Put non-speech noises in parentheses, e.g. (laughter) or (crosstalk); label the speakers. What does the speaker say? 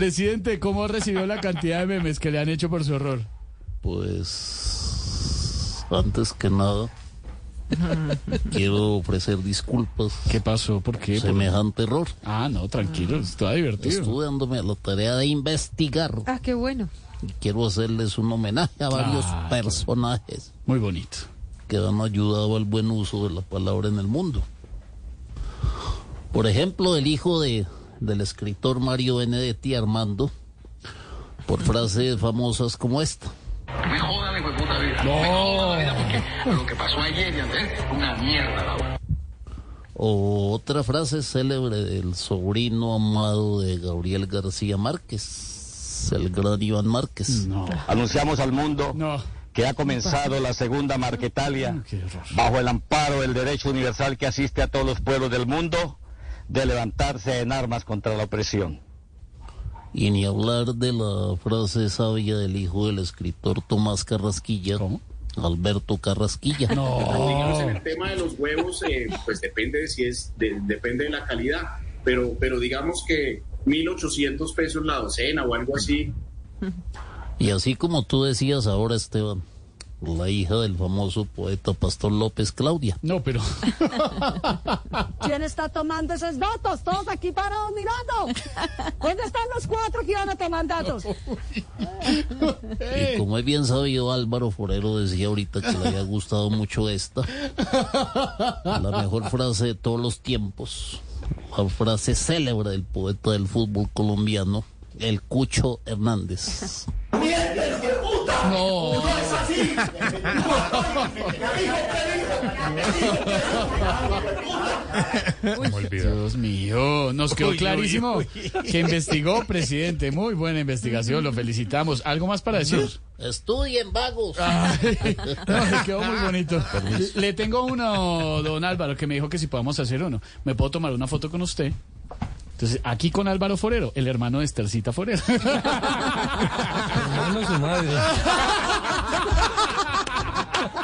Speaker 1: Presidente, ¿cómo recibió la cantidad de memes que le han hecho por su error?
Speaker 2: Pues antes
Speaker 1: (laughs)
Speaker 2: que nada quiero ofrecer disculpas
Speaker 1: ¿Qué pasó? ¿Por qué?
Speaker 2: semejante error.
Speaker 1: Ah, no, tranquilo, está divertido.
Speaker 2: Estuve dándome la tarea de investigar.
Speaker 3: Ah, qué bueno.
Speaker 2: y Quiero hacerles un homenaje a varios
Speaker 1: Ah, Claro.
Speaker 2: personajes
Speaker 1: Muy bonito.
Speaker 2: que han ayudado al buen uso de la palabra en el mundo. Por ejemplo, el hijo de, del escritor Mario Benedetti Armando,
Speaker 1: (laughs)
Speaker 2: por frases famosas como esta.
Speaker 4: Me joda mi puta vida.
Speaker 1: No.
Speaker 4: Me joda la vida porque lo que pasó ayer y antes una mierda, Laura.
Speaker 2: O otra frase célebre del sobrino amado de Gabriel García Márquez, el gran Iván Márquez.
Speaker 1: No,
Speaker 5: Anunciamos al mundo
Speaker 1: no.
Speaker 5: que ha comenzado la segunda Marquetalia
Speaker 1: Qué horror.
Speaker 5: bajo el amparo del derecho universal que asiste a todos los pueblos del mundo de levantarse en armas contra la opresión.
Speaker 2: Y ni hablar de la frase sabia del hijo del escritor Tomás Carrasquilla,
Speaker 1: ¿Cómo?
Speaker 2: Alberto Carrasquilla.
Speaker 6: Digamos, en
Speaker 1: No.
Speaker 6: el tema de los huevos, eh, pues depende de si es, de- depende de la calidad, pero, pero digamos que 1.800 pesos la docena o algo así,
Speaker 2: Y así como tú decías ahora, Esteban, la hija del famoso poeta Pastor López Claudia.
Speaker 1: No, pero.
Speaker 7: ¿Quién está tomando esos datos? Todos aquí parados mirando. ¿Dónde están los cuatro que iban a tomar datos?
Speaker 2: Y como es bien sabido, Álvaro Forero decía ahorita que le había gustado mucho esta, la mejor frase de todos los tiempos, la frase célebre del poeta del fútbol colombiano, el Cucho Hernández.
Speaker 1: (laughs) No. Dios mío, nos quedó clarísimo que investigó, presidente. Muy buena investigación, lo felicitamos. ¿Algo más para decir?
Speaker 2: Estudien, vagos.
Speaker 1: (laughs) No, me quedó muy bonito. Le tengo uno, don Álvaro, que me dijo que si podemos hacer uno. ¿Me puedo tomar una foto con usted? Entonces, aquí con Álvaro Forero, el hermano de Estercita Forero. (laughs)